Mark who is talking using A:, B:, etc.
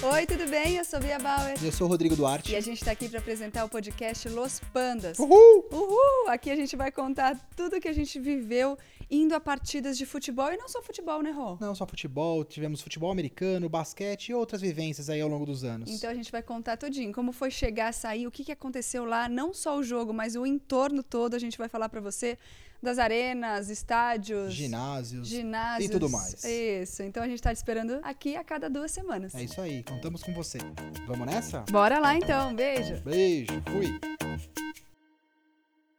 A: Oi, tudo bem? Eu sou Bia Bauer.
B: E eu sou o Rodrigo Duarte.
A: E a gente está aqui para apresentar o podcast Los Pandas.
B: Uhul!
A: Uhul! Aqui a gente vai contar tudo que a gente viveu indo a partidas de futebol. E não só futebol, né, Rô?
B: Não só futebol, tivemos futebol americano, basquete e outras vivências aí ao longo dos anos.
A: Então a gente vai contar tudinho, como foi chegar, sair, o que, que aconteceu lá, não só o jogo, mas o entorno todo. A gente vai falar para você das arenas, estádios,
B: Ginásios.
A: ginásios
B: e tudo mais.
A: Isso. Então a gente está te esperando aqui a cada duas semanas.
B: É isso aí, contamos com você. Vamos nessa?
A: Bora lá então, beijo.
B: Beijo, fui!